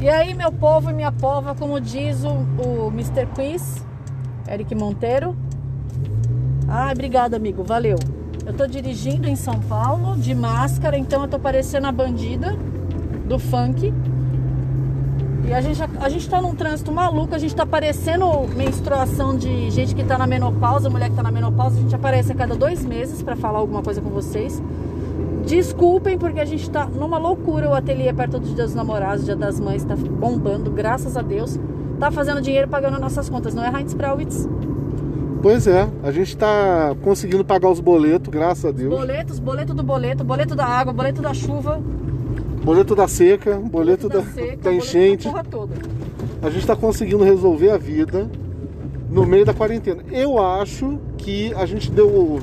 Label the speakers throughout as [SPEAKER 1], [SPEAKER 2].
[SPEAKER 1] E aí, meu povo e minha pova, como diz o, o Mr. Quiz, Eric Monteiro. Ah, obrigada, amigo, valeu. Eu tô dirigindo em São Paulo de máscara, então eu tô parecendo a bandida do funk. E a gente, a gente tá num trânsito maluco, a gente tá parecendo menstruação de gente que tá na menopausa, mulher que tá na menopausa, a gente aparece a cada dois meses para falar alguma coisa com vocês. Desculpem, porque a gente tá numa loucura. O ateliê é perto do Dia dos Namorados, Dia das Mães, tá bombando, graças a Deus. Tá fazendo dinheiro pagando nossas contas, não é, Heinz Prawitz?
[SPEAKER 2] Pois é, a gente tá conseguindo pagar os boletos, graças a Deus.
[SPEAKER 1] Boletos, boleto do boleto, boleto da água, boleto da chuva,
[SPEAKER 2] Boleto da seca, boleto, da,
[SPEAKER 1] seca,
[SPEAKER 2] da
[SPEAKER 1] boleto
[SPEAKER 2] tá enchente.
[SPEAKER 1] porra toda.
[SPEAKER 2] A gente tá conseguindo resolver a vida no meio da quarentena. Eu acho que a gente deu.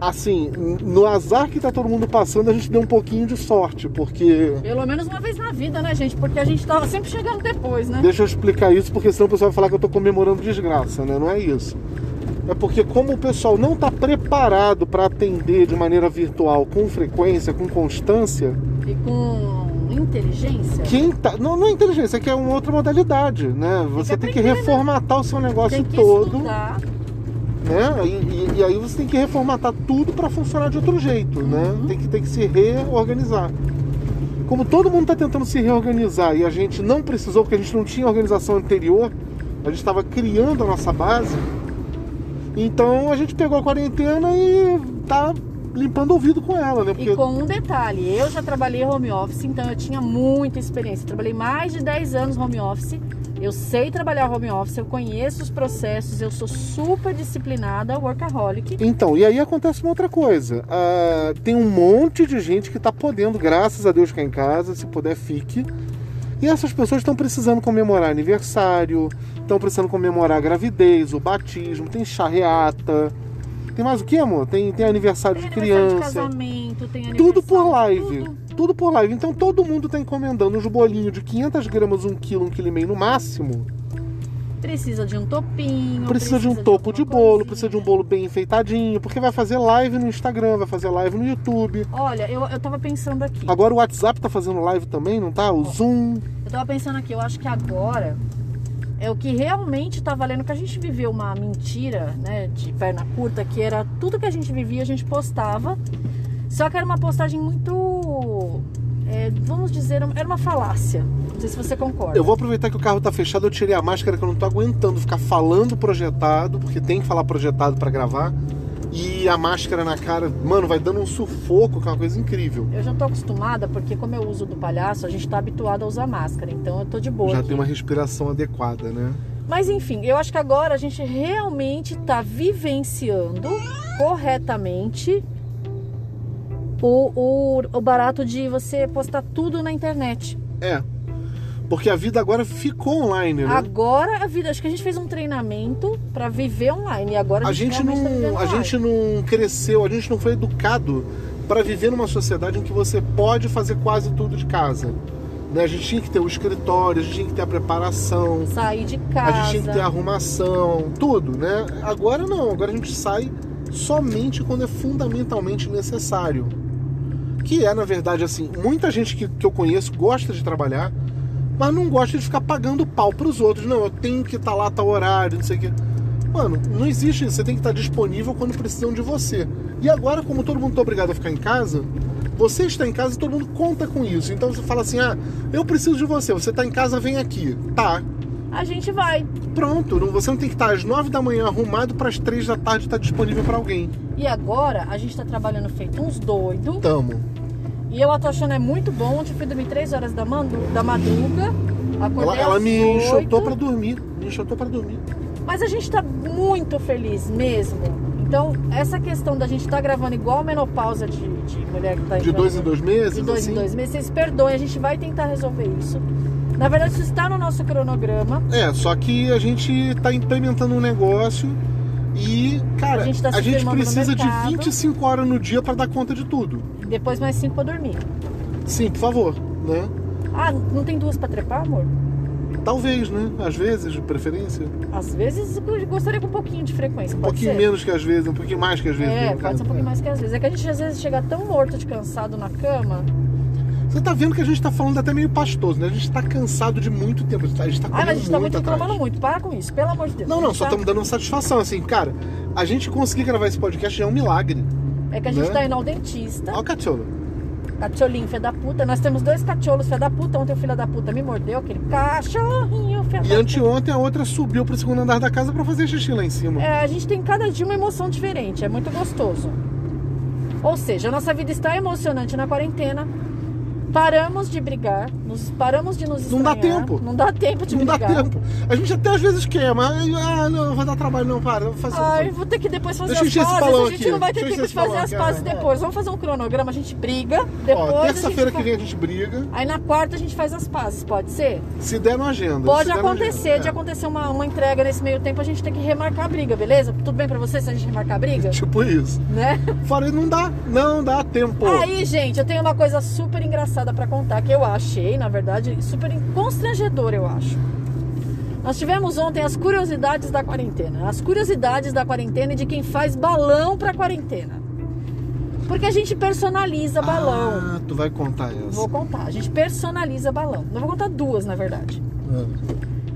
[SPEAKER 2] Assim, no azar que tá todo mundo passando, a gente deu um pouquinho de sorte, porque.
[SPEAKER 1] Pelo menos uma vez na vida, né, gente? Porque a gente tava sempre chegando depois, né?
[SPEAKER 2] Deixa eu explicar isso, porque senão o pessoal vai falar que eu tô comemorando desgraça, né? Não é isso. É porque como o pessoal não tá preparado para atender de maneira virtual com frequência, com constância,
[SPEAKER 1] E com inteligência,
[SPEAKER 2] quem tá. Não, não é inteligência, é que é uma outra modalidade, né? Você tem que
[SPEAKER 1] aprender, né?
[SPEAKER 2] reformatar o seu negócio
[SPEAKER 1] tem que
[SPEAKER 2] todo,
[SPEAKER 1] estudar.
[SPEAKER 2] né? E, e- e aí você tem que reformatar tudo para funcionar de outro jeito, né?
[SPEAKER 1] Uhum.
[SPEAKER 2] Tem que, tem que se reorganizar. Como todo mundo tá tentando se reorganizar e a gente não precisou, porque a gente não tinha organização anterior, a gente estava criando a nossa base, então a gente pegou a quarentena e tá limpando o ouvido com ela, né?
[SPEAKER 1] E com um detalhe, eu já trabalhei home office, então eu tinha muita experiência. Trabalhei mais de 10 anos home office. Eu sei trabalhar home office, eu conheço os processos, eu sou super disciplinada, workaholic.
[SPEAKER 2] Então, e aí acontece uma outra coisa. Ah, tem um monte de gente que tá podendo, graças a Deus, ficar em casa. Se puder, fique. E essas pessoas estão precisando comemorar aniversário, estão precisando comemorar a gravidez, o batismo, tem charreata. Tem mais o que, amor? Tem, tem aniversário
[SPEAKER 1] Tem
[SPEAKER 2] de
[SPEAKER 1] aniversário de
[SPEAKER 2] criança.
[SPEAKER 1] casamento, tem aniversário.
[SPEAKER 2] tudo por live.
[SPEAKER 1] tudo.
[SPEAKER 2] Tudo. por live. Então todo mundo tá encomendando uns bolinhos de 500 gramas, 1 quilo, 1,5 quilo e meio no máximo.
[SPEAKER 1] Precisa de um topinho.
[SPEAKER 2] Precisa de um topo de
[SPEAKER 1] alguma
[SPEAKER 2] bolo,
[SPEAKER 1] coisinha.
[SPEAKER 2] precisa de um bolo bem enfeitadinho, porque vai fazer live no Instagram, vai fazer live no YouTube.
[SPEAKER 1] Olha, eu, eu tava pensando aqui.
[SPEAKER 2] Agora o WhatsApp tá fazendo live também, não tá? O Zoom.
[SPEAKER 1] Eu tava pensando aqui, eu acho que agora é o que realmente tá valendo, que a gente viveu uma mentira, né, de perna curta, que era tudo que a gente vivia, a gente postava. Só que era uma postagem muito. é, vamos dizer, era uma falácia. Não sei se você concorda.
[SPEAKER 2] Eu vou aproveitar que o carro tá fechado, eu tirei a máscara que eu não tô aguentando ficar falando projetado, porque tem que falar projetado pra gravar. E a máscara na cara, mano, vai dando um sufoco, que é uma coisa incrível.
[SPEAKER 1] Eu já tô acostumada, porque como eu uso do palhaço, a gente tá habituado a usar máscara, então eu tô de boa.
[SPEAKER 2] Já
[SPEAKER 1] aqui.
[SPEAKER 2] tem uma respiração adequada, né?
[SPEAKER 1] Mas enfim, eu acho que agora a gente realmente está vivenciando corretamente o, o, o barato de você postar tudo na internet.
[SPEAKER 2] É. Porque a vida agora ficou online, né?
[SPEAKER 1] Agora a vida, acho que a gente fez um treinamento para viver online e agora
[SPEAKER 2] A
[SPEAKER 1] a
[SPEAKER 2] gente,
[SPEAKER 1] gente,
[SPEAKER 2] não,
[SPEAKER 1] realmente tá vivendo
[SPEAKER 2] a
[SPEAKER 1] online.
[SPEAKER 2] gente não cresceu, a gente não foi educado para viver numa sociedade em que você pode fazer quase tudo de casa. Né? A gente tinha que ter o escritório, a gente tinha que ter a preparação,
[SPEAKER 1] sair de
[SPEAKER 2] a gente tinha que ter a
[SPEAKER 1] casa.
[SPEAKER 2] arrumação, tudo, né? Agora não, agora a gente sai somente quando é fundamentalmente necessário. Que é, na verdade, assim, muita gente que, que eu conheço gosta de trabalhar, mas não gosta de ficar pagando pau pros outros. Não, eu tenho que estar lá tal horário, não sei o quê. Mano, não existe isso. Você tem que estar disponível quando precisam de você. E agora, como todo mundo está obrigado a ficar em casa, você está em casa e todo mundo conta com isso. Então você fala assim: ah, eu preciso de você. Você está em casa, vem aqui. Tá,
[SPEAKER 1] A gente vai.
[SPEAKER 2] Pronto, não- você não tem que estar às 9 da manhã arrumado para as 3 da tarde estar disponível para alguém.
[SPEAKER 1] E agora a gente tá trabalhando feito uns doidos.
[SPEAKER 2] Tamo.
[SPEAKER 1] E eu tô achando é muito bom. Ontem eu fui dormir 3 horas da, mandu, da madruga.
[SPEAKER 2] Ela,
[SPEAKER 1] Acordei
[SPEAKER 2] ela
[SPEAKER 1] às
[SPEAKER 2] me enxotou
[SPEAKER 1] 8.
[SPEAKER 2] para dormir. Me enxotou para dormir.
[SPEAKER 1] Mas a gente tá muito feliz mesmo. Então, essa questão da gente estar tá gravando igual a menopausa de, de mulher que tá
[SPEAKER 2] De
[SPEAKER 1] entrando-
[SPEAKER 2] dois em dois meses,
[SPEAKER 1] de dois
[SPEAKER 2] assim.
[SPEAKER 1] em dois meses, vocês perdoem, a gente vai tentar resolver isso. Na verdade, isso está no nosso cronograma.
[SPEAKER 2] É, só que a gente tá implementando um negócio e, cara,
[SPEAKER 1] A gente tá se firmando no
[SPEAKER 2] precisa de
[SPEAKER 1] mercado.
[SPEAKER 2] 25 horas no dia para dar conta de tudo.
[SPEAKER 1] Depois mais cinco pra dormir.
[SPEAKER 2] Sim, por favor, né?
[SPEAKER 1] Ah, não tem duas pra trepar, amor?
[SPEAKER 2] Talvez, né? Às vezes, de preferência.
[SPEAKER 1] Às vezes eu gostaria com um pouquinho de frequência.
[SPEAKER 2] Um
[SPEAKER 1] pode
[SPEAKER 2] pouquinho
[SPEAKER 1] ser?
[SPEAKER 2] menos que às vezes, um pouquinho mais que às vezes.
[SPEAKER 1] É,
[SPEAKER 2] né?
[SPEAKER 1] pode ser um pouquinho mais que às vezes. É que a gente às vezes chega tão morto de cansado na cama
[SPEAKER 2] Você tá vendo que a gente tá falando até meio pastoso, né? A gente tá cansado de muito tempo. A gente tá, a gente tá
[SPEAKER 1] Ah, mas a gente tá muito
[SPEAKER 2] atrás.
[SPEAKER 1] reclamando muito. Para com isso, pelo amor de Deus.
[SPEAKER 2] Não,
[SPEAKER 1] A
[SPEAKER 2] não,
[SPEAKER 1] gente
[SPEAKER 2] só
[SPEAKER 1] tá-
[SPEAKER 2] estamos dando uma satisfação, assim, cara. A gente conseguir gravar esse podcast já é um milagre.
[SPEAKER 1] É que a gente
[SPEAKER 2] né?
[SPEAKER 1] tá indo ao dentista.
[SPEAKER 2] Ó, Catiola.
[SPEAKER 1] Cacholinho, fé da puta. Nós temos dois cacholos, fé da puta. Ontem o filho da puta me mordeu, aquele cachorrinho, fé da
[SPEAKER 2] E anteontem a outra subiu pro segundo andar da casa pra fazer xixi lá em cima.
[SPEAKER 1] É, a gente tem cada dia uma emoção diferente, é muito gostoso. Ou seja, a nossa vida está emocionante na quarentena. Paramos de brigar, nos, paramos de nos
[SPEAKER 2] Não dá
[SPEAKER 1] estranhar,
[SPEAKER 2] tempo.
[SPEAKER 1] Não dá tempo de
[SPEAKER 2] não dá
[SPEAKER 1] brigar.
[SPEAKER 2] tempo. A gente até às vezes queima. Aí, Ah, não, vai dar trabalho, não, para. eu Vou fazer.
[SPEAKER 1] Ai, vou ter que depois fazer
[SPEAKER 2] Deixa eu encher
[SPEAKER 1] as
[SPEAKER 2] esse
[SPEAKER 1] pazes.
[SPEAKER 2] balão
[SPEAKER 1] A gente
[SPEAKER 2] aqui.
[SPEAKER 1] não vai ter
[SPEAKER 2] Deixa eu
[SPEAKER 1] tempo de
[SPEAKER 2] encher esse
[SPEAKER 1] fazer as
[SPEAKER 2] balão
[SPEAKER 1] pazes
[SPEAKER 2] aqui, ó.
[SPEAKER 1] depois. Vamos fazer um cronograma, a gente briga, depois
[SPEAKER 2] Ó,
[SPEAKER 1] a
[SPEAKER 2] terça-feira
[SPEAKER 1] gente
[SPEAKER 2] que vem a gente briga.
[SPEAKER 1] Aí na quarta a gente faz as pazes, pode ser?
[SPEAKER 2] Se der na agenda.
[SPEAKER 1] Pode
[SPEAKER 2] se der na
[SPEAKER 1] acontecer,
[SPEAKER 2] agenda, É,
[SPEAKER 1] de acontecer uma, uma entrega nesse meio tempo, a gente tem que remarcar a briga, beleza? Tudo bem pra você se a gente remarcar a briga?
[SPEAKER 2] É. Tipo isso.
[SPEAKER 1] né?
[SPEAKER 2] Fora isso, não dá. Não dá tempo.
[SPEAKER 1] Aí, gente, eu tenho uma coisa super engraçada pra contar que eu achei, na verdade, super constrangedora, eu acho. Nós tivemos ontem as curiosidades da quarentena. As curiosidades da quarentena e de quem faz balão pra quarentena. Porque a gente personaliza balão.
[SPEAKER 2] Ah, tu vai contar essa.
[SPEAKER 1] Vou contar. A gente personaliza balão. Eu vou contar duas, na verdade.
[SPEAKER 2] Ah.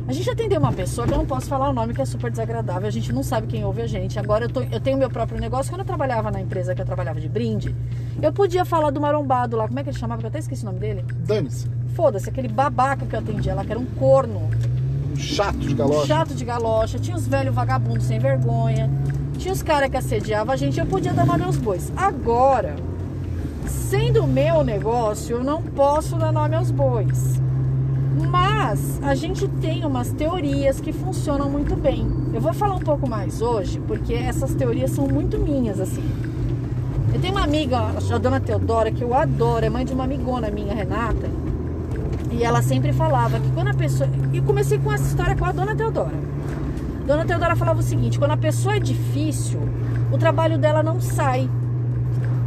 [SPEAKER 1] A gente atendeu uma pessoa que eu não posso falar o nome, que é super desagradável. A gente não sabe quem ouve a gente. Agora eu, tô- eu tenho meu próprio negócio. Quando eu trabalhava na empresa que eu trabalhava de brinde, eu podia falar do marombado lá. Como é que ele chamava? Que eu até esqueci o nome dele.
[SPEAKER 2] Dane-se.
[SPEAKER 1] Foda-se, aquele babaca que eu atendia lá, que era um corno.
[SPEAKER 2] Um chato de
[SPEAKER 1] um
[SPEAKER 2] galocha.
[SPEAKER 1] Chato de galocha. Tinha os velhos vagabundos sem vergonha. Tinha os caras que assediavam a gente. Eu podia dar nome aos bois. Agora, sendo meu negócio, eu não posso dar nome aos bois. Mas a gente tem umas teorias que funcionam muito bem. Eu vou falar um pouco mais hoje, porque essas teorias são muito minhas, assim. Eu tenho uma amiga, a dona Teodora, que eu adoro, é mãe de uma amigona minha, Renata. E ela sempre falava que quando a pessoa. E comecei com essa história com a dona Teodora. Dona Teodora falava o seguinte: quando a pessoa é difícil, o trabalho dela não sai.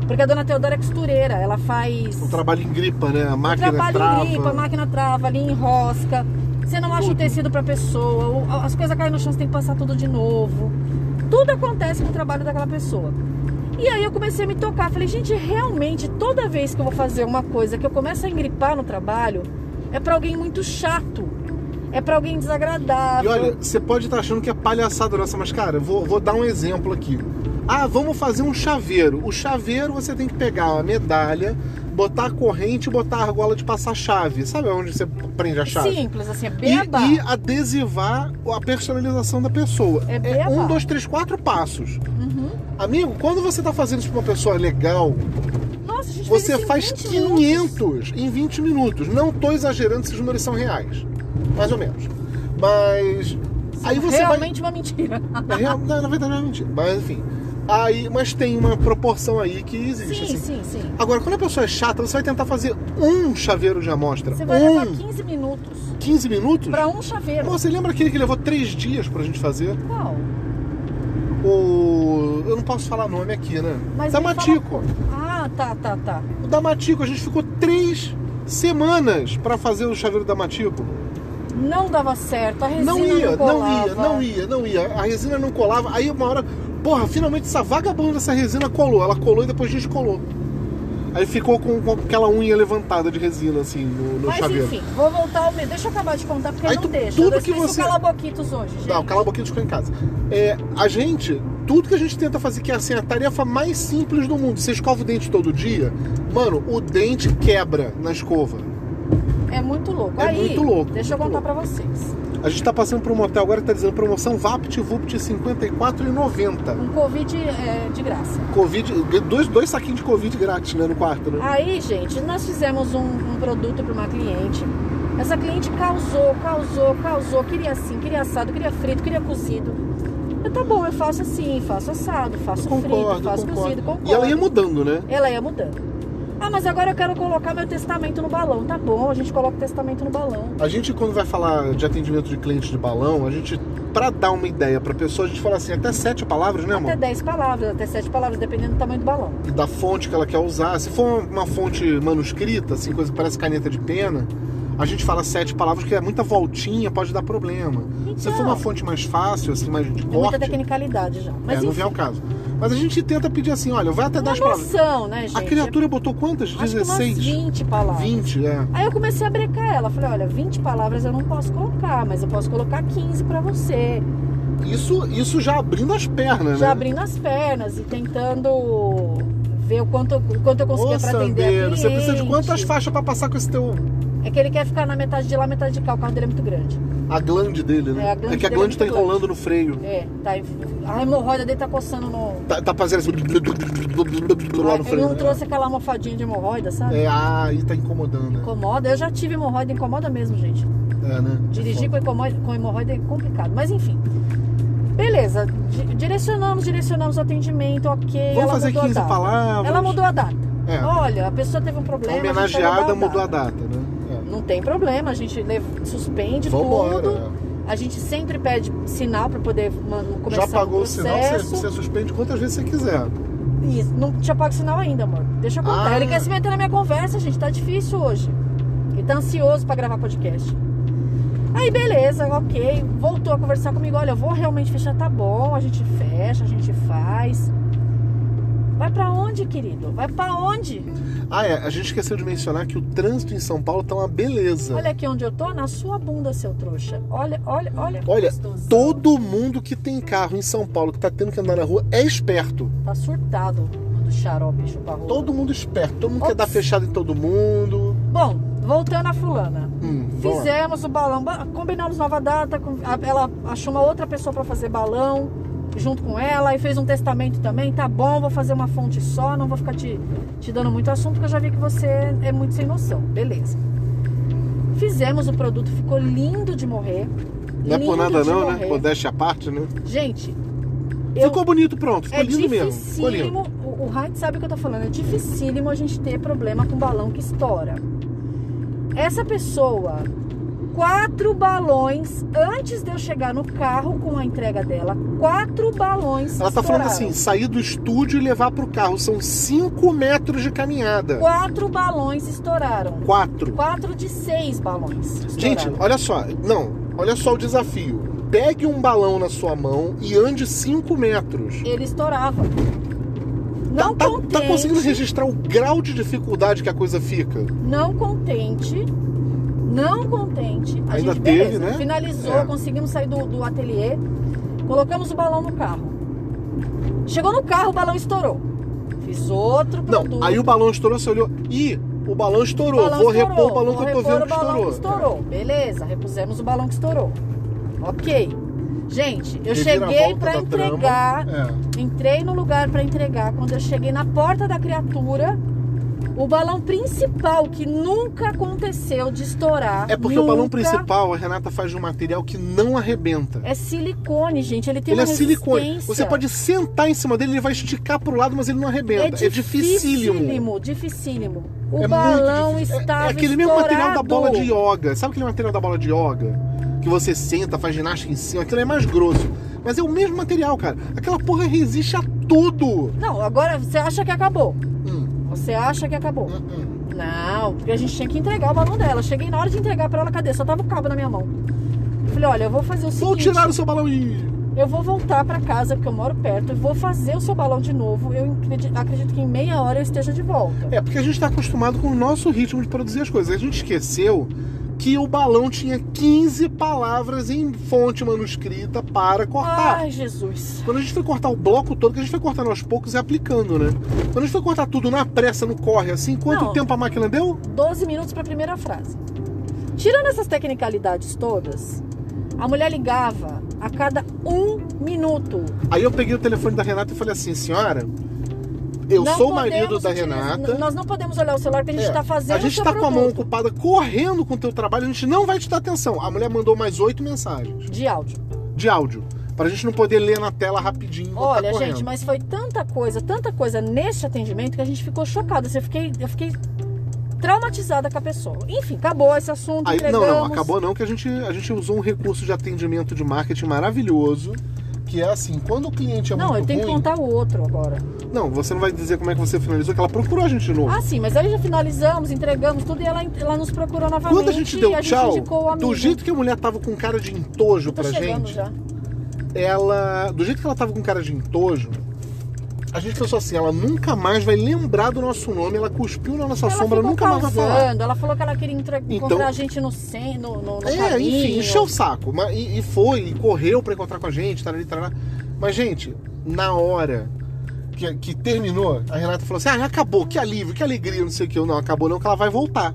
[SPEAKER 1] Porque a dona Teodora é costureira, ela faz
[SPEAKER 2] Um trabalho em gripa, né? A máquina
[SPEAKER 1] trabalho
[SPEAKER 2] trava.
[SPEAKER 1] em gripa, a máquina trava, ali enrosca. Você não acha o
[SPEAKER 2] Tudo.
[SPEAKER 1] tecido pra pessoa, o- a- as coisas caem no chão, você tem que passar tudo de novo. Tudo acontece com o trabalho daquela pessoa. E aí eu comecei a me tocar, falei, gente, realmente toda vez que eu vou fazer uma coisa que eu começo a engripar no trabalho, é pra alguém muito chato. É pra alguém
[SPEAKER 2] E
[SPEAKER 1] desagradável.
[SPEAKER 2] olha, você pode estar achando que é palhaçada nossa, mas cara, eu vou, vou dar um exemplo aqui. Ah, vamos fazer um chaveiro. O chaveiro você tem que pegar a medalha, botar a corrente e botar a argola de passar chave. Sabe onde você prende a chave?
[SPEAKER 1] Simples, assim, é
[SPEAKER 2] E,
[SPEAKER 1] beba.
[SPEAKER 2] e adesivar a personalização da pessoa.
[SPEAKER 1] É beabá.
[SPEAKER 2] um, dois, três, quatro passos.
[SPEAKER 1] Uhum.
[SPEAKER 2] Amigo, quando você tá fazendo isso pra uma pessoa legal,
[SPEAKER 1] Nossa, a gente fez
[SPEAKER 2] você
[SPEAKER 1] isso é em
[SPEAKER 2] faz
[SPEAKER 1] 20 minutos.
[SPEAKER 2] 500 em 20 minutos. Não tô exagerando, esses números são reais. Mais ou menos. Mas. aí você vai.
[SPEAKER 1] Realmente uma mentira.
[SPEAKER 2] Na, real- na- na verdade não é mentira, mas enfim. Aí, mas tem uma proporção aí que existe.
[SPEAKER 1] Sim,
[SPEAKER 2] assim.
[SPEAKER 1] sim, sim.
[SPEAKER 2] Agora, quando a pessoa é chata, você vai tentar fazer um chaveiro de amostra.
[SPEAKER 1] Você vai levar
[SPEAKER 2] um,
[SPEAKER 1] 15 minutos
[SPEAKER 2] 15 minutos?
[SPEAKER 1] pra um chaveiro.
[SPEAKER 2] Pô, Você lembra aquele que levou três dias pra gente fazer?
[SPEAKER 1] Qual?
[SPEAKER 2] O. Eu não posso falar nome aqui, né?
[SPEAKER 1] Mas ele
[SPEAKER 2] Damatico.
[SPEAKER 1] Ah, tá, tá, tá.
[SPEAKER 2] O Damatico, a gente ficou três semanas pra fazer o chaveiro Damatico.
[SPEAKER 1] Não dava certo, a resina
[SPEAKER 2] Não ia, não
[SPEAKER 1] colava.
[SPEAKER 2] ia, não ia, não ia. A resina não colava. Aí uma hora, porra, finalmente essa vagabunda dessa resina colou. Ela colou e depois descolou. Aí ficou com, com aquela unha levantada de resina, assim, no, no
[SPEAKER 1] Mas
[SPEAKER 2] chaveiro.
[SPEAKER 1] enfim, vou voltar ao meio. Deixa eu acabar de contar, porque
[SPEAKER 2] Aí
[SPEAKER 1] não
[SPEAKER 2] tu-
[SPEAKER 1] deixa.
[SPEAKER 2] tudo
[SPEAKER 1] eu
[SPEAKER 2] que
[SPEAKER 1] desfiz o
[SPEAKER 2] você-
[SPEAKER 1] calaboquitos hoje, gente.
[SPEAKER 2] Não, cala a boquinha ficou em casa. É, a gente, tudo que a gente tenta fazer, que é assim, a tarefa mais simples do mundo. Você escova o dente todo dia, mano, o dente quebra na escova.
[SPEAKER 1] É muito louco.
[SPEAKER 2] É
[SPEAKER 1] Aí,
[SPEAKER 2] muito louco,
[SPEAKER 1] Deixa eu
[SPEAKER 2] muito
[SPEAKER 1] contar pra vocês.
[SPEAKER 2] A gente tá passando por um hotel agora que tá dizendo promoção VaptVupt R$ 54,90.
[SPEAKER 1] Um Covid é, de graça.
[SPEAKER 2] Covid, dois, dois saquinhos de Covid grátis, né, no quarto, né?
[SPEAKER 1] Aí, gente, nós fizemos um, um produto para uma cliente. Essa cliente causou, causou, causou. Queria assim, queria assado, queria frito, queria cozido. Eu, tá bom, eu faço assim, faço assado, faço frito, faço cozido, concordo.
[SPEAKER 2] E ela ia mudando, né?
[SPEAKER 1] Ela ia mudando. Ah, mas agora eu quero colocar meu testamento no balão. Tá bom, a gente coloca o testamento no balão.
[SPEAKER 2] A gente, quando vai falar de atendimento de cliente de balão, a gente, pra dar uma ideia pra pessoa, a gente fala assim, até sete palavras, né,
[SPEAKER 1] Até
[SPEAKER 2] amor?
[SPEAKER 1] 10 palavras, até 7 palavras, dependendo do tamanho do balão.
[SPEAKER 2] E da fonte que ela quer usar. Se for uma fonte manuscrita, assim, coisa que parece caneta de pena, a gente fala sete palavras, que é muita voltinha, pode dar problema. Se
[SPEAKER 1] Então.
[SPEAKER 2] for uma fonte mais fácil, assim, mais de
[SPEAKER 1] Tem muita
[SPEAKER 2] corte,
[SPEAKER 1] tecnicalidade já.
[SPEAKER 2] é,
[SPEAKER 1] Mas
[SPEAKER 2] não
[SPEAKER 1] enfim,
[SPEAKER 2] vem ao caso. Mas a gente tenta pedir assim, olha, vai até
[SPEAKER 1] Uma
[SPEAKER 2] 10 palavras.
[SPEAKER 1] noção, né, gente? É,
[SPEAKER 2] A criatura botou quantas?
[SPEAKER 1] Acho que umas
[SPEAKER 2] 16?
[SPEAKER 1] 20 palavras.
[SPEAKER 2] 20, é.
[SPEAKER 1] Aí eu comecei a brecar ela. Falei, olha, 20 palavras eu não posso colocar, mas eu posso colocar 15 pra você.
[SPEAKER 2] Isso, isso já abrindo as pernas,
[SPEAKER 1] Já
[SPEAKER 2] né?
[SPEAKER 1] abrindo as pernas e tentando ver o quanto, o quanto eu conseguia
[SPEAKER 2] Ô,
[SPEAKER 1] pra atender a
[SPEAKER 2] Sandeiro, você precisa de
[SPEAKER 1] cliente.
[SPEAKER 2] quantas faixas pra passar com esse teu.
[SPEAKER 1] É que ele quer ficar na metade de lá, metade de cá. O carro dele é muito grande.
[SPEAKER 2] A glande dele, né?
[SPEAKER 1] É, a glande
[SPEAKER 2] que a
[SPEAKER 1] dele é muito
[SPEAKER 2] glande tá
[SPEAKER 1] grande.
[SPEAKER 2] enrolando no freio.
[SPEAKER 1] É, tá. A hemorroida dele tá coçando no. Ah,
[SPEAKER 2] Tá, tá fazendo assim. Lá no
[SPEAKER 1] Ele
[SPEAKER 2] freio.
[SPEAKER 1] não
[SPEAKER 2] né?
[SPEAKER 1] É, trouxe aquela almofadinha de hemorroida, sabe?
[SPEAKER 2] É, ah, aí tá incomodando, né?
[SPEAKER 1] Incomoda. Eu já tive hemorroida, incomoda mesmo, gente.
[SPEAKER 2] É, né?
[SPEAKER 1] Dirigir com hemorroida, com hemorroida é complicado. Mas enfim. Beleza. Di- Direcionamos, direcionamos o atendimento, ok.
[SPEAKER 2] Vamos
[SPEAKER 1] ela
[SPEAKER 2] fazer
[SPEAKER 1] mudou a
[SPEAKER 2] 15
[SPEAKER 1] data.
[SPEAKER 2] palavras.
[SPEAKER 1] Ela mudou a data.
[SPEAKER 2] É.
[SPEAKER 1] Olha, a pessoa teve um
[SPEAKER 2] A
[SPEAKER 1] problema. gente vai
[SPEAKER 2] homenageada
[SPEAKER 1] mudar
[SPEAKER 2] mudou a data, né?
[SPEAKER 1] Não tem problema, a gente lev-
[SPEAKER 2] É.
[SPEAKER 1] suspende tudo.
[SPEAKER 2] Vambora. é.
[SPEAKER 1] A gente sempre pede sinal para poder man- começar
[SPEAKER 2] Já pagou
[SPEAKER 1] o
[SPEAKER 2] o sinal, você,
[SPEAKER 1] processo.
[SPEAKER 2] você suspende quantas vezes você quiser.
[SPEAKER 1] Isso, não tinha pago sinal ainda, amor. Deixa eu contar.
[SPEAKER 2] Ah.
[SPEAKER 1] Ele quer se meter na minha conversa, gente. Tá difícil hoje. Ele tá ansioso pra gravar podcast. Aí, beleza, ok. Voltou a conversar comigo. Olha, eu vou realmente fechar, tá bom. A gente fecha, a gente faz. Vai pra onde, querido? Vai pra onde?
[SPEAKER 2] Ah, é. A gente esqueceu de mencionar que o trânsito em São Paulo tá uma beleza.
[SPEAKER 1] Olha aqui onde eu tô, na sua bunda, seu trouxa. Olha, olha, olha.
[SPEAKER 2] Olha,
[SPEAKER 1] Gostosão.
[SPEAKER 2] Todo mundo que tem carro em São Paulo que tá tendo que andar na rua é esperto.
[SPEAKER 1] Tá surtado do xarope chuparro.
[SPEAKER 2] Todo mundo esperto. Todo mundo quer
[SPEAKER 1] Ops.
[SPEAKER 2] dar fechado em todo mundo.
[SPEAKER 1] Bom, voltando à fulana.
[SPEAKER 2] Hum, vamos lá.
[SPEAKER 1] Fizemos o balão, ba- combinamos nova data, com- a- ela achou uma outra pessoa para fazer balão junto com ela e fez um testamento também. Tá bom, vou fazer uma fonte só, não vou ficar te, te dando muito assunto, porque eu já vi que você é muito sem noção. Beleza. Fizemos o produto, ficou lindo de morrer.
[SPEAKER 2] Não é por
[SPEAKER 1] lindo
[SPEAKER 2] nada
[SPEAKER 1] de
[SPEAKER 2] não,
[SPEAKER 1] morrer.
[SPEAKER 2] né? Modéstia à parte, né?
[SPEAKER 1] Gente, eu,
[SPEAKER 2] Ficou bonito, pronto. Ficou
[SPEAKER 1] é
[SPEAKER 2] lindo mesmo. Ficou lindo.
[SPEAKER 1] dificílimo, o, o Hyde sabe o que eu tô falando, é dificílimo a gente ter problema com balão que estoura. Essa pessoa, quatro balões, antes de eu chegar no carro com a entrega dela, quatro balões
[SPEAKER 2] Ela tá falando
[SPEAKER 1] estouraram.
[SPEAKER 2] assim, sair do estúdio e levar pro carro. São 5 metros de caminhada.
[SPEAKER 1] Quatro balões estouraram.
[SPEAKER 2] Quatro.
[SPEAKER 1] Quatro de seis balões
[SPEAKER 2] Gente,
[SPEAKER 1] estouraram.
[SPEAKER 2] olha só. Não, olha só o desafio. Pegue um balão na sua mão e ande 5 metros.
[SPEAKER 1] Ele estourava. Não
[SPEAKER 2] tá, tá-
[SPEAKER 1] contente,
[SPEAKER 2] tá conseguindo registrar o grau de dificuldade que a coisa fica?
[SPEAKER 1] não contente, não contente. A
[SPEAKER 2] Ainda
[SPEAKER 1] gente
[SPEAKER 2] teve,
[SPEAKER 1] beleza,
[SPEAKER 2] né?
[SPEAKER 1] finalizou,
[SPEAKER 2] É.
[SPEAKER 1] conseguimos sair do, do ateliê, colocamos o balão no carro. Chegou no carro, o balão estourou. Fiz outro
[SPEAKER 2] Não,
[SPEAKER 1] produto.
[SPEAKER 2] aí o balão estourou, você olhou. Ih, o balão
[SPEAKER 1] o
[SPEAKER 2] estourou.
[SPEAKER 1] balão
[SPEAKER 2] Vou
[SPEAKER 1] estourou,
[SPEAKER 2] repor o balão
[SPEAKER 1] vou
[SPEAKER 2] que eu tô
[SPEAKER 1] repor
[SPEAKER 2] vendo
[SPEAKER 1] o
[SPEAKER 2] que
[SPEAKER 1] balão
[SPEAKER 2] estourou.
[SPEAKER 1] que estourou. Beleza, repusemos o balão que estourou. Ok. Gente, eu
[SPEAKER 2] Reviravolta
[SPEAKER 1] cheguei pra
[SPEAKER 2] da trama.
[SPEAKER 1] entregar,
[SPEAKER 2] É.
[SPEAKER 1] entrei no lugar pra entregar. Quando eu cheguei na porta da criatura, o balão principal que nunca aconteceu de estourar.
[SPEAKER 2] É porque o
[SPEAKER 1] nunca,
[SPEAKER 2] balão principal, a Renata faz de um material que não arrebenta.
[SPEAKER 1] É silicone, gente. Ele tem
[SPEAKER 2] ele é
[SPEAKER 1] uma
[SPEAKER 2] silicone.
[SPEAKER 1] resistência.
[SPEAKER 2] Você pode sentar em cima dele, ele vai esticar pro lado, mas ele não arrebenta.
[SPEAKER 1] É
[SPEAKER 2] É, dificílimo.
[SPEAKER 1] dificílimo. Dificílimo. O
[SPEAKER 2] É
[SPEAKER 1] balão
[SPEAKER 2] muito difícil. É-
[SPEAKER 1] estava
[SPEAKER 2] É aquele mesmo
[SPEAKER 1] estourado.
[SPEAKER 2] material da bola de yoga. Sabe aquele material da bola de yoga? Que você senta, faz ginástica em cima. Aquilo é mais grosso. Mas é o mesmo material, cara. Aquela porra resiste a tudo.
[SPEAKER 1] Não, agora você acha que acabou.
[SPEAKER 2] Hum,
[SPEAKER 1] Você acha que acabou.
[SPEAKER 2] hum, hum.
[SPEAKER 1] Não, porque a gente tinha que entregar o balão dela. Cheguei na hora de entregar pra ela, cadê? Só tava o cabo na minha mão. Falei, olha, eu vou fazer o
[SPEAKER 2] Vou
[SPEAKER 1] seguinte.
[SPEAKER 2] tirar o seu balão e...
[SPEAKER 1] Eu vou voltar pra casa, porque eu moro perto, e vou fazer o seu balão de novo. Eu acredi- acredito que em meia hora eu esteja de volta.
[SPEAKER 2] É porque a gente está acostumado com o nosso ritmo de produzir as coisas. A gente esqueceu que o balão tinha 15 palavras em fonte manuscrita para cortar.
[SPEAKER 1] Ai, Jesus.
[SPEAKER 2] Quando a gente foi cortar o bloco todo, que a gente foi cortando aos poucos e aplicando, né? Quando a gente foi cortar tudo na pressa, no corre, assim, quanto
[SPEAKER 1] Não.
[SPEAKER 2] tempo a máquina deu?
[SPEAKER 1] 12 minutos para a primeira frase. Tirando essas tecnicalidades todas, a mulher ligava a cada um minuto.
[SPEAKER 2] Aí eu peguei o telefone da Renata e falei assim, senhora, eu
[SPEAKER 1] Não
[SPEAKER 2] sou
[SPEAKER 1] podemos
[SPEAKER 2] o marido da
[SPEAKER 1] utilizar-
[SPEAKER 2] Renata.
[SPEAKER 1] Nós não podemos olhar o celular porque a gente
[SPEAKER 2] É,
[SPEAKER 1] está fazendo
[SPEAKER 2] a gente
[SPEAKER 1] o seu
[SPEAKER 2] tá com a mão
[SPEAKER 1] produto
[SPEAKER 2] ocupada correndo com o teu trabalho, a gente não vai te dar atenção. A mulher mandou mais oito mensagens
[SPEAKER 1] de áudio.
[SPEAKER 2] de áudio. Pra gente não poder ler na tela rapidinho. enquanto
[SPEAKER 1] Olha,
[SPEAKER 2] tá correndo.
[SPEAKER 1] gente, mas foi tanta coisa, tanta coisa neste atendimento que a gente ficou chocada. Assim, Eu fiquei, eu fiquei traumatizada com a pessoa. Enfim, acabou esse assunto.
[SPEAKER 2] Aí- não,
[SPEAKER 1] entregamos.
[SPEAKER 2] não, acabou não, que a gente, a gente usou um recurso de atendimento de marketing maravilhoso, que é assim, quando o cliente é
[SPEAKER 1] Não, eu
[SPEAKER 2] muito
[SPEAKER 1] tenho que
[SPEAKER 2] ruim...
[SPEAKER 1] contar o outro agora.
[SPEAKER 2] Não, você não vai dizer como é que você finalizou, que ela procurou a gente de novo.
[SPEAKER 1] Ah, sim, mas aí já finalizamos, entregamos tudo e ela, ela nos procurou novamente.
[SPEAKER 2] Quando a gente deu
[SPEAKER 1] e a
[SPEAKER 2] tchau,
[SPEAKER 1] gente indicou o amigo.
[SPEAKER 2] do jeito que a mulher tava com cara de entojo
[SPEAKER 1] Tô
[SPEAKER 2] pra
[SPEAKER 1] chegando
[SPEAKER 2] gente,
[SPEAKER 1] já.
[SPEAKER 2] ela... Do jeito que ela tava com cara de entojo, a gente pensou assim, ela nunca mais vai lembrar do nosso nome, ela cuspiu na nossa
[SPEAKER 1] ela
[SPEAKER 2] sombra,
[SPEAKER 1] ficou
[SPEAKER 2] nunca mais vai falar.
[SPEAKER 1] causando, Ela falou que ela queria entra- encontrar
[SPEAKER 2] Então-
[SPEAKER 1] a gente no, cen- no, no, no
[SPEAKER 2] É,
[SPEAKER 1] caminho.
[SPEAKER 2] enfim, encheu o saco. Mas, e, e foi, e correu pra encontrar com a gente, tarari, tarará. Mas, gente, na hora que, que terminou, a Renata falou assim: ah, acabou, que alívio, que alegria, não sei o que. Eu, Não, acabou não, que ela vai voltar.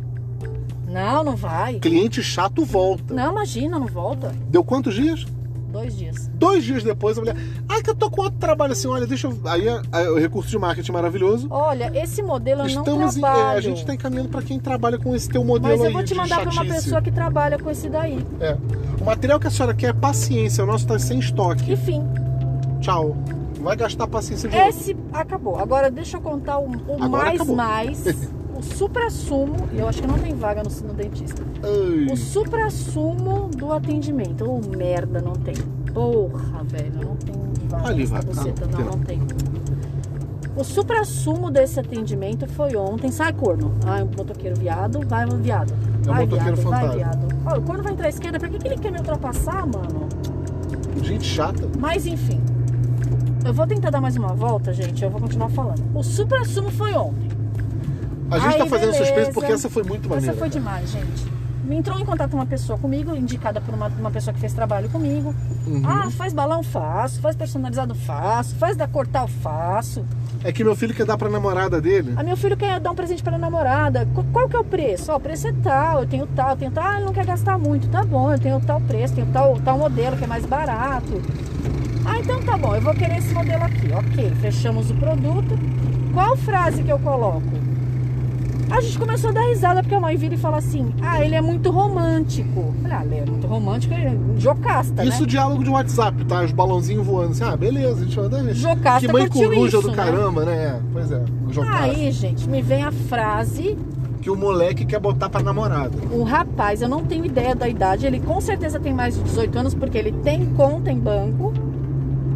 [SPEAKER 1] Não, não vai.
[SPEAKER 2] Cliente chato volta.
[SPEAKER 1] Não, imagina, não volta.
[SPEAKER 2] Deu quantos dias?
[SPEAKER 1] Dois dias.
[SPEAKER 2] Dois dias depois, a mulher. Ai, que eu tô com outro trabalho assim, olha, deixa eu. Aí, aí o recurso de marketing maravilhoso.
[SPEAKER 1] Olha, esse modelo eu
[SPEAKER 2] Estamos
[SPEAKER 1] não
[SPEAKER 2] em- é,
[SPEAKER 1] trabalho.
[SPEAKER 2] a gente tá encaminhando pra quem trabalha com esse teu modelo
[SPEAKER 1] Mas eu
[SPEAKER 2] aí
[SPEAKER 1] vou te
[SPEAKER 2] de
[SPEAKER 1] mandar pra uma
[SPEAKER 2] chatice.
[SPEAKER 1] pessoa que trabalha com esse daí.
[SPEAKER 2] É. O material que a senhora quer é paciência, o nosso tá sem estoque.
[SPEAKER 1] Enfim,
[SPEAKER 2] Tchau. Não Vai gastar paciência de outro.
[SPEAKER 1] esse acabou. Agora deixa eu contar o, o
[SPEAKER 2] Agora
[SPEAKER 1] mais
[SPEAKER 2] acabou.
[SPEAKER 1] mais, o supra-sumo, e eu acho que não tem vaga no, no dentista.
[SPEAKER 2] Ai.
[SPEAKER 1] O supra-sumo do atendimento. Ô, merda, não tem. Porra, velho, não tem vaga
[SPEAKER 2] Ali,
[SPEAKER 1] nessa
[SPEAKER 2] vaga,
[SPEAKER 1] buceta.
[SPEAKER 2] não,
[SPEAKER 1] Não, não tem. O supra-sumo desse atendimento foi ontem. Sai, corno. Ai, um motoqueiro viado. Vai, viado.
[SPEAKER 2] É um
[SPEAKER 1] Vai,
[SPEAKER 2] motoqueiro
[SPEAKER 1] viado. Vai,
[SPEAKER 2] fantasma.
[SPEAKER 1] viado. Ó, o corno vai entrar à esquerda. Pra que, que ele quer me ultrapassar, mano?
[SPEAKER 2] Gente chata.
[SPEAKER 1] Mas enfim. Eu vou tentar dar mais uma volta, gente. Eu vou continuar falando. O supra-sumo foi ontem.
[SPEAKER 2] A gente
[SPEAKER 1] Aí,
[SPEAKER 2] tá fazendo
[SPEAKER 1] beleza.
[SPEAKER 2] suspense porque essa foi muito maneira.
[SPEAKER 1] Essa foi demais, gente. Me entrou em contato uma pessoa comigo, indicada por uma, uma pessoa que fez trabalho comigo.
[SPEAKER 2] Uhum.
[SPEAKER 1] Ah, faz balão, faço. Faz personalizado, faço. Faz da cortal, faço.
[SPEAKER 2] É que meu filho quer dar pra namorada dele.
[SPEAKER 1] Ah, meu filho quer dar um presente para namorada. Qu- Qual que é o preço? Ó, o preço é tal, eu tenho tal, eu tenho tal. Ah, ele não quer gastar muito. Tá bom, eu tenho tal preço, tenho tal, tal modelo que é mais barato. Ah, então tá bom, eu vou querer esse modelo aqui. Ok, fechamos o produto. Qual frase que eu coloco? A gente começou a dar risada porque a mãe vira e fala assim: Ah, ele é muito romântico. Eu Falei, ah, ele é muito romântico, ele é jocasta,
[SPEAKER 2] Isso
[SPEAKER 1] né?
[SPEAKER 2] diálogo de WhatsApp, tá? Os balãozinhos voando. Assim, ah, beleza, a gente vai dar
[SPEAKER 1] Jocasta
[SPEAKER 2] Que mãe
[SPEAKER 1] curtiu
[SPEAKER 2] coruja
[SPEAKER 1] isso,
[SPEAKER 2] do
[SPEAKER 1] né?
[SPEAKER 2] caramba, né? É, Pois é, jocasta.
[SPEAKER 1] Aí, gente, me vem a frase
[SPEAKER 2] Que o moleque quer botar pra namorada.
[SPEAKER 1] um rapaz, eu não tenho ideia da idade, ele com certeza tem mais de 18 anos, porque ele tem conta em banco.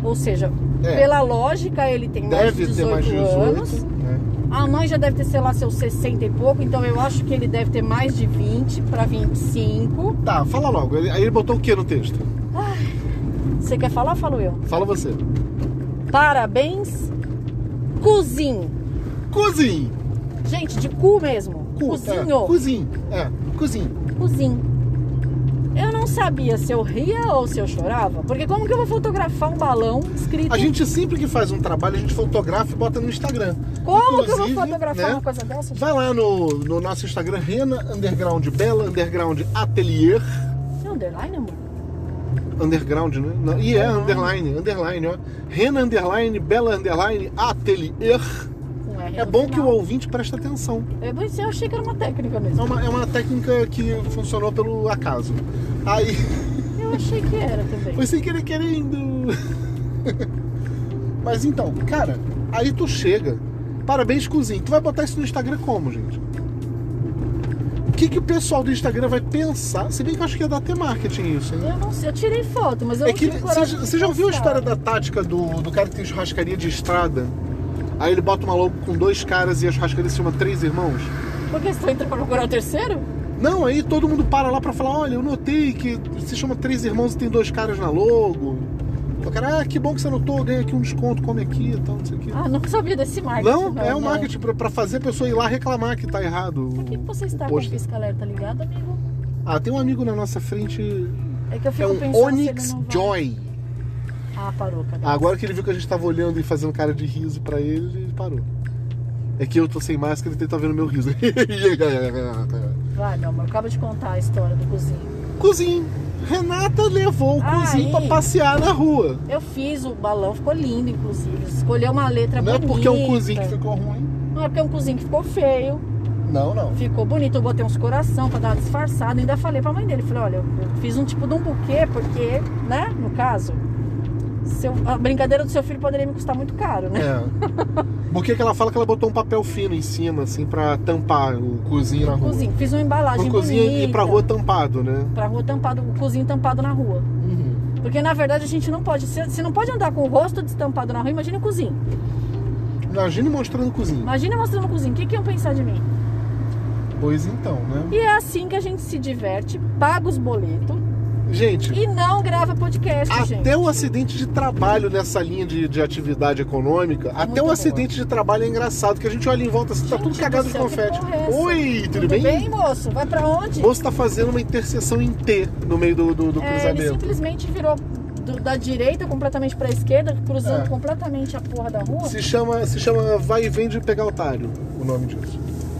[SPEAKER 1] Ou seja,
[SPEAKER 2] É.
[SPEAKER 1] pela lógica, ele tem mais de
[SPEAKER 2] Deve
[SPEAKER 1] 18,
[SPEAKER 2] ter mais de 18.
[SPEAKER 1] anos.
[SPEAKER 2] né?
[SPEAKER 1] A mãe já deve ter, sei lá, seus 60 e pouco, então eu acho que ele deve ter mais de 20 para 25.
[SPEAKER 2] Tá, fala logo. Ele- Aí ele botou o que no texto?
[SPEAKER 1] Você quer falar? Falo eu.
[SPEAKER 2] Fala você.
[SPEAKER 1] Parabéns, cozinho.
[SPEAKER 2] Cozinho.
[SPEAKER 1] Gente, de cu mesmo.
[SPEAKER 2] Cu,
[SPEAKER 1] cozinho.
[SPEAKER 2] É, cozinho. É, cozinho.
[SPEAKER 1] cozinho. Eu não sabia se eu ria ou se eu chorava, porque como que eu vou fotografar um balão escrito
[SPEAKER 2] A gente sempre que faz um trabalho, a gente fotografa e bota no Instagram.
[SPEAKER 1] Como que eu vou
[SPEAKER 2] Inclusive,
[SPEAKER 1] fotografar
[SPEAKER 2] né?
[SPEAKER 1] uma coisa dessa?
[SPEAKER 2] Vai lá no, no nosso Instagram, Rena Underground Bela, Underground Atelier.
[SPEAKER 1] É underline, amor?
[SPEAKER 2] Underground, né? Não, e é underline, underline, ó. Rena Underline, Bela Underline, Atelier.
[SPEAKER 1] Com R
[SPEAKER 2] É
[SPEAKER 1] no
[SPEAKER 2] bom que o
[SPEAKER 1] final.
[SPEAKER 2] ouvinte preste atenção.
[SPEAKER 1] É bom isso, Eu achei que era uma técnica
[SPEAKER 2] É
[SPEAKER 1] mesmo.
[SPEAKER 2] uma, é uma técnica que funcionou pelo acaso. Aí,
[SPEAKER 1] Eu achei que era também.
[SPEAKER 2] foi sem querer querendo. Mas então, cara, aí tu chega. Parabéns, cozinho. Tu vai botar isso no Instagram como, gente? O que, que o pessoal do Instagram vai pensar? Se bem que eu acho que ia dar até marketing isso, hein?
[SPEAKER 1] Eu não sei, eu tirei foto, mas eu
[SPEAKER 2] É
[SPEAKER 1] não
[SPEAKER 2] que
[SPEAKER 1] tive coragem
[SPEAKER 2] você
[SPEAKER 1] de
[SPEAKER 2] você já ouviu a
[SPEAKER 1] postar.
[SPEAKER 2] história da tática do, do cara que tem churrascaria de estrada? Aí ele bota um maluco com dois caras e a churrascaria se chama Três Irmãos?
[SPEAKER 1] Por que você tá entrando pra procurar o terceiro?
[SPEAKER 2] Não, aí todo mundo para lá pra falar: olha, eu notei que se chama Três Irmãos e tem dois caras na logo. O cara, ah, que bom que você anotou, ganha aqui um desconto, come aqui e tal, não sei o quê.
[SPEAKER 1] Ah, não sabia desse marketing.
[SPEAKER 2] não, é
[SPEAKER 1] não.
[SPEAKER 2] um marketing pra, pra fazer a pessoa ir lá reclamar que tá errado.
[SPEAKER 1] Por que que você está
[SPEAKER 2] o
[SPEAKER 1] com o
[SPEAKER 2] pôster.
[SPEAKER 1] pisca-alerta ligado, amigo?
[SPEAKER 2] Ah, tem um amigo na nossa frente,
[SPEAKER 1] É que eu fico
[SPEAKER 2] é um
[SPEAKER 1] pensando se
[SPEAKER 2] Onyx
[SPEAKER 1] ele não vai...
[SPEAKER 2] Joy.
[SPEAKER 1] Ah, parou, cadê?
[SPEAKER 2] Agora que ele viu que a gente tava olhando e fazendo cara de riso pra ele, ele parou. É que eu tô sem máscara e ele tá vendo meu riso.
[SPEAKER 1] Vai, meu amor, acaba de contar a história do cozinho.
[SPEAKER 2] cozinho. Renata levou o
[SPEAKER 1] Aí.
[SPEAKER 2] cozinho pra passear na rua.
[SPEAKER 1] Eu fiz o balão, ficou lindo, inclusive. Escolheu uma letra
[SPEAKER 2] Não é
[SPEAKER 1] Tá bonita.
[SPEAKER 2] porque é um cozinho que ficou ruim.
[SPEAKER 1] Não é porque é um cozinho que ficou feio.
[SPEAKER 2] Não, não.
[SPEAKER 1] Ficou bonito, eu botei uns coração pra dar uma disfarçada. Ainda falei pra mãe dele, falei, olha, eu fiz um tipo de um buquê, porque, né, no caso, seu- a brincadeira do seu filho poderia me custar muito caro, né?
[SPEAKER 2] É. Porque que ela fala que ela botou um papel fino em cima, assim, pra tampar o cozinho na rua.
[SPEAKER 1] Cozinho, fiz uma embalagem
[SPEAKER 2] Pro cozinho
[SPEAKER 1] bonita.
[SPEAKER 2] ir pra rua tampado, né?
[SPEAKER 1] pra rua tampado, o cozinho tampado na rua. Porque, na verdade, a gente não pode, se- você não pode andar com o rosto destampado na rua, imagina o cozinho.
[SPEAKER 2] Imagina mostrando cozinho.
[SPEAKER 1] Imagina mostrando o cozinho, o que que iam pensar de mim?
[SPEAKER 2] Pois então, né?
[SPEAKER 1] E é assim que a gente se diverte, paga os boletos,
[SPEAKER 2] Gente,
[SPEAKER 1] E não grava podcast, gente.
[SPEAKER 2] até o acidente de trabalho nessa linha de, de atividade econômica, até
[SPEAKER 1] É muito
[SPEAKER 2] o
[SPEAKER 1] boa.
[SPEAKER 2] acidente de trabalho é engraçado, que a gente olha em volta assim, tá
[SPEAKER 1] Gente
[SPEAKER 2] tudo cagado
[SPEAKER 1] do
[SPEAKER 2] de
[SPEAKER 1] céu, que
[SPEAKER 2] confete.
[SPEAKER 1] porra é essa?
[SPEAKER 2] Oi,
[SPEAKER 1] Tudo
[SPEAKER 2] tudo,
[SPEAKER 1] bem? moço? Vai pra onde?
[SPEAKER 2] O moço tá fazendo uma interseção em T no meio do, do, do
[SPEAKER 1] É, ele
[SPEAKER 2] cruzamento.
[SPEAKER 1] simplesmente virou do- da direita completamente pra esquerda, cruzando
[SPEAKER 2] É.
[SPEAKER 1] completamente a porra da rua.
[SPEAKER 2] Se chama, se chama Vai e Vem de Pegar Otário, o nome disso.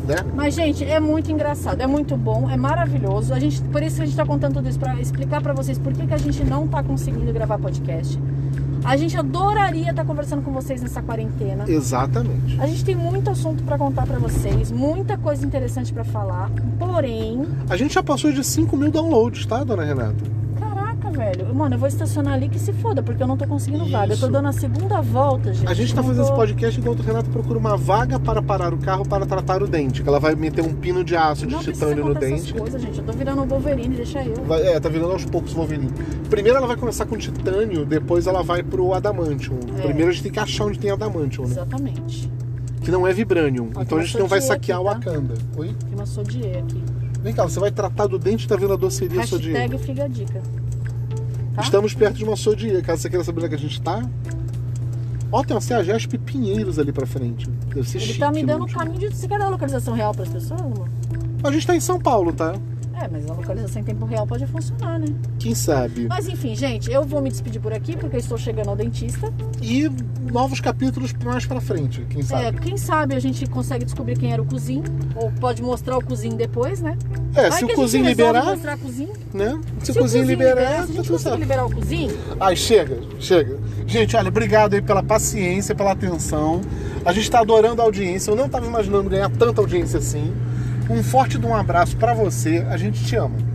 [SPEAKER 2] Né?
[SPEAKER 1] Mas, gente, é muito engraçado, é muito bom, é maravilhoso. A gente, por isso que a gente tá contando tudo isso, pra explicar pra vocês por que, que a gente não tá conseguindo gravar podcast. A gente adoraria estar conversando com vocês nessa quarentena.
[SPEAKER 2] Exatamente.
[SPEAKER 1] A gente tem muito assunto pra contar pra vocês, muita coisa interessante pra falar. Porém,
[SPEAKER 2] A gente já passou de 5 mil downloads, tá, dona Renata?
[SPEAKER 1] caraca, velho. Mano, eu vou estacionar ali que se foda, porque eu não tô conseguindo vaga. Eu tô
[SPEAKER 2] Isso.
[SPEAKER 1] dando a segunda volta, gente.
[SPEAKER 2] A gente tá
[SPEAKER 1] Não
[SPEAKER 2] fazendo
[SPEAKER 1] tô-
[SPEAKER 2] esse podcast enquanto o Renato procura uma vaga para parar o carro para tratar o dente. Que ela vai meter um pino de aço de
[SPEAKER 1] Não precisa
[SPEAKER 2] titânio no
[SPEAKER 1] contar essas
[SPEAKER 2] dente.
[SPEAKER 1] coisas, gente. Eu tô virando o Wolverine, deixa eu.
[SPEAKER 2] Vai- é, tá virando aos poucos o Wolverine. Primeiro ela vai começar com titânio, depois ela vai pro adamantium.
[SPEAKER 1] É.
[SPEAKER 2] Primeiro a gente tem que achar onde tem adamantium, né?
[SPEAKER 1] Exatamente.
[SPEAKER 2] Que não é vibranium.
[SPEAKER 1] Ó,
[SPEAKER 2] então a gente
[SPEAKER 1] começou
[SPEAKER 2] não vai
[SPEAKER 1] dia
[SPEAKER 2] saquear o
[SPEAKER 1] aqui, tá?
[SPEAKER 2] Wakanda. Oi?
[SPEAKER 1] Tem uma sodier aqui.
[SPEAKER 2] Vem cá, você vai tratar do dente da Vila Doceria Sodier.
[SPEAKER 1] Hashtag fica a dica. tá?
[SPEAKER 2] Estamos perto de uma Sodier, caso você queira saber onde é que a gente tá. Ó, tem uma CEAGESP Pinheiros ali pra frente. Deve ser
[SPEAKER 1] Ele
[SPEAKER 2] chique. tipo-
[SPEAKER 1] tá me dando o
[SPEAKER 2] muito.
[SPEAKER 1] caminho de. Você quer dar a localização real pras pessoas, amor?
[SPEAKER 2] A gente tá em São Paulo, tá?
[SPEAKER 1] É, mas a localização em tempo real pode funcionar, né?
[SPEAKER 2] Quem sabe?
[SPEAKER 1] Mas enfim, gente, eu vou me despedir por aqui porque eu estou chegando ao dentista.
[SPEAKER 2] E novos capítulos mais pra frente, quem
[SPEAKER 1] É,
[SPEAKER 2] sabe?
[SPEAKER 1] quem sabe a gente consegue descobrir quem era o cozinho. Ou pode mostrar o cozinho depois, né?
[SPEAKER 2] É,
[SPEAKER 1] Vai
[SPEAKER 2] se
[SPEAKER 1] que
[SPEAKER 2] o
[SPEAKER 1] a gente
[SPEAKER 2] cozinho
[SPEAKER 1] resolve
[SPEAKER 2] liberar,
[SPEAKER 1] mostrar cozinho. Se,
[SPEAKER 2] né? Se, o cozinho liberar,
[SPEAKER 1] se a
[SPEAKER 2] tá
[SPEAKER 1] gente
[SPEAKER 2] tudo
[SPEAKER 1] conseguir
[SPEAKER 2] certo.
[SPEAKER 1] liberar o cozinho,
[SPEAKER 2] Ai, chega, chega. Gente, olha, obrigado aí pela paciência, pela atenção. A gente tá adorando a audiência. Eu não tava imaginando ganhar tanta audiência assim. Um forte de um abraço pra você. A gente te ama.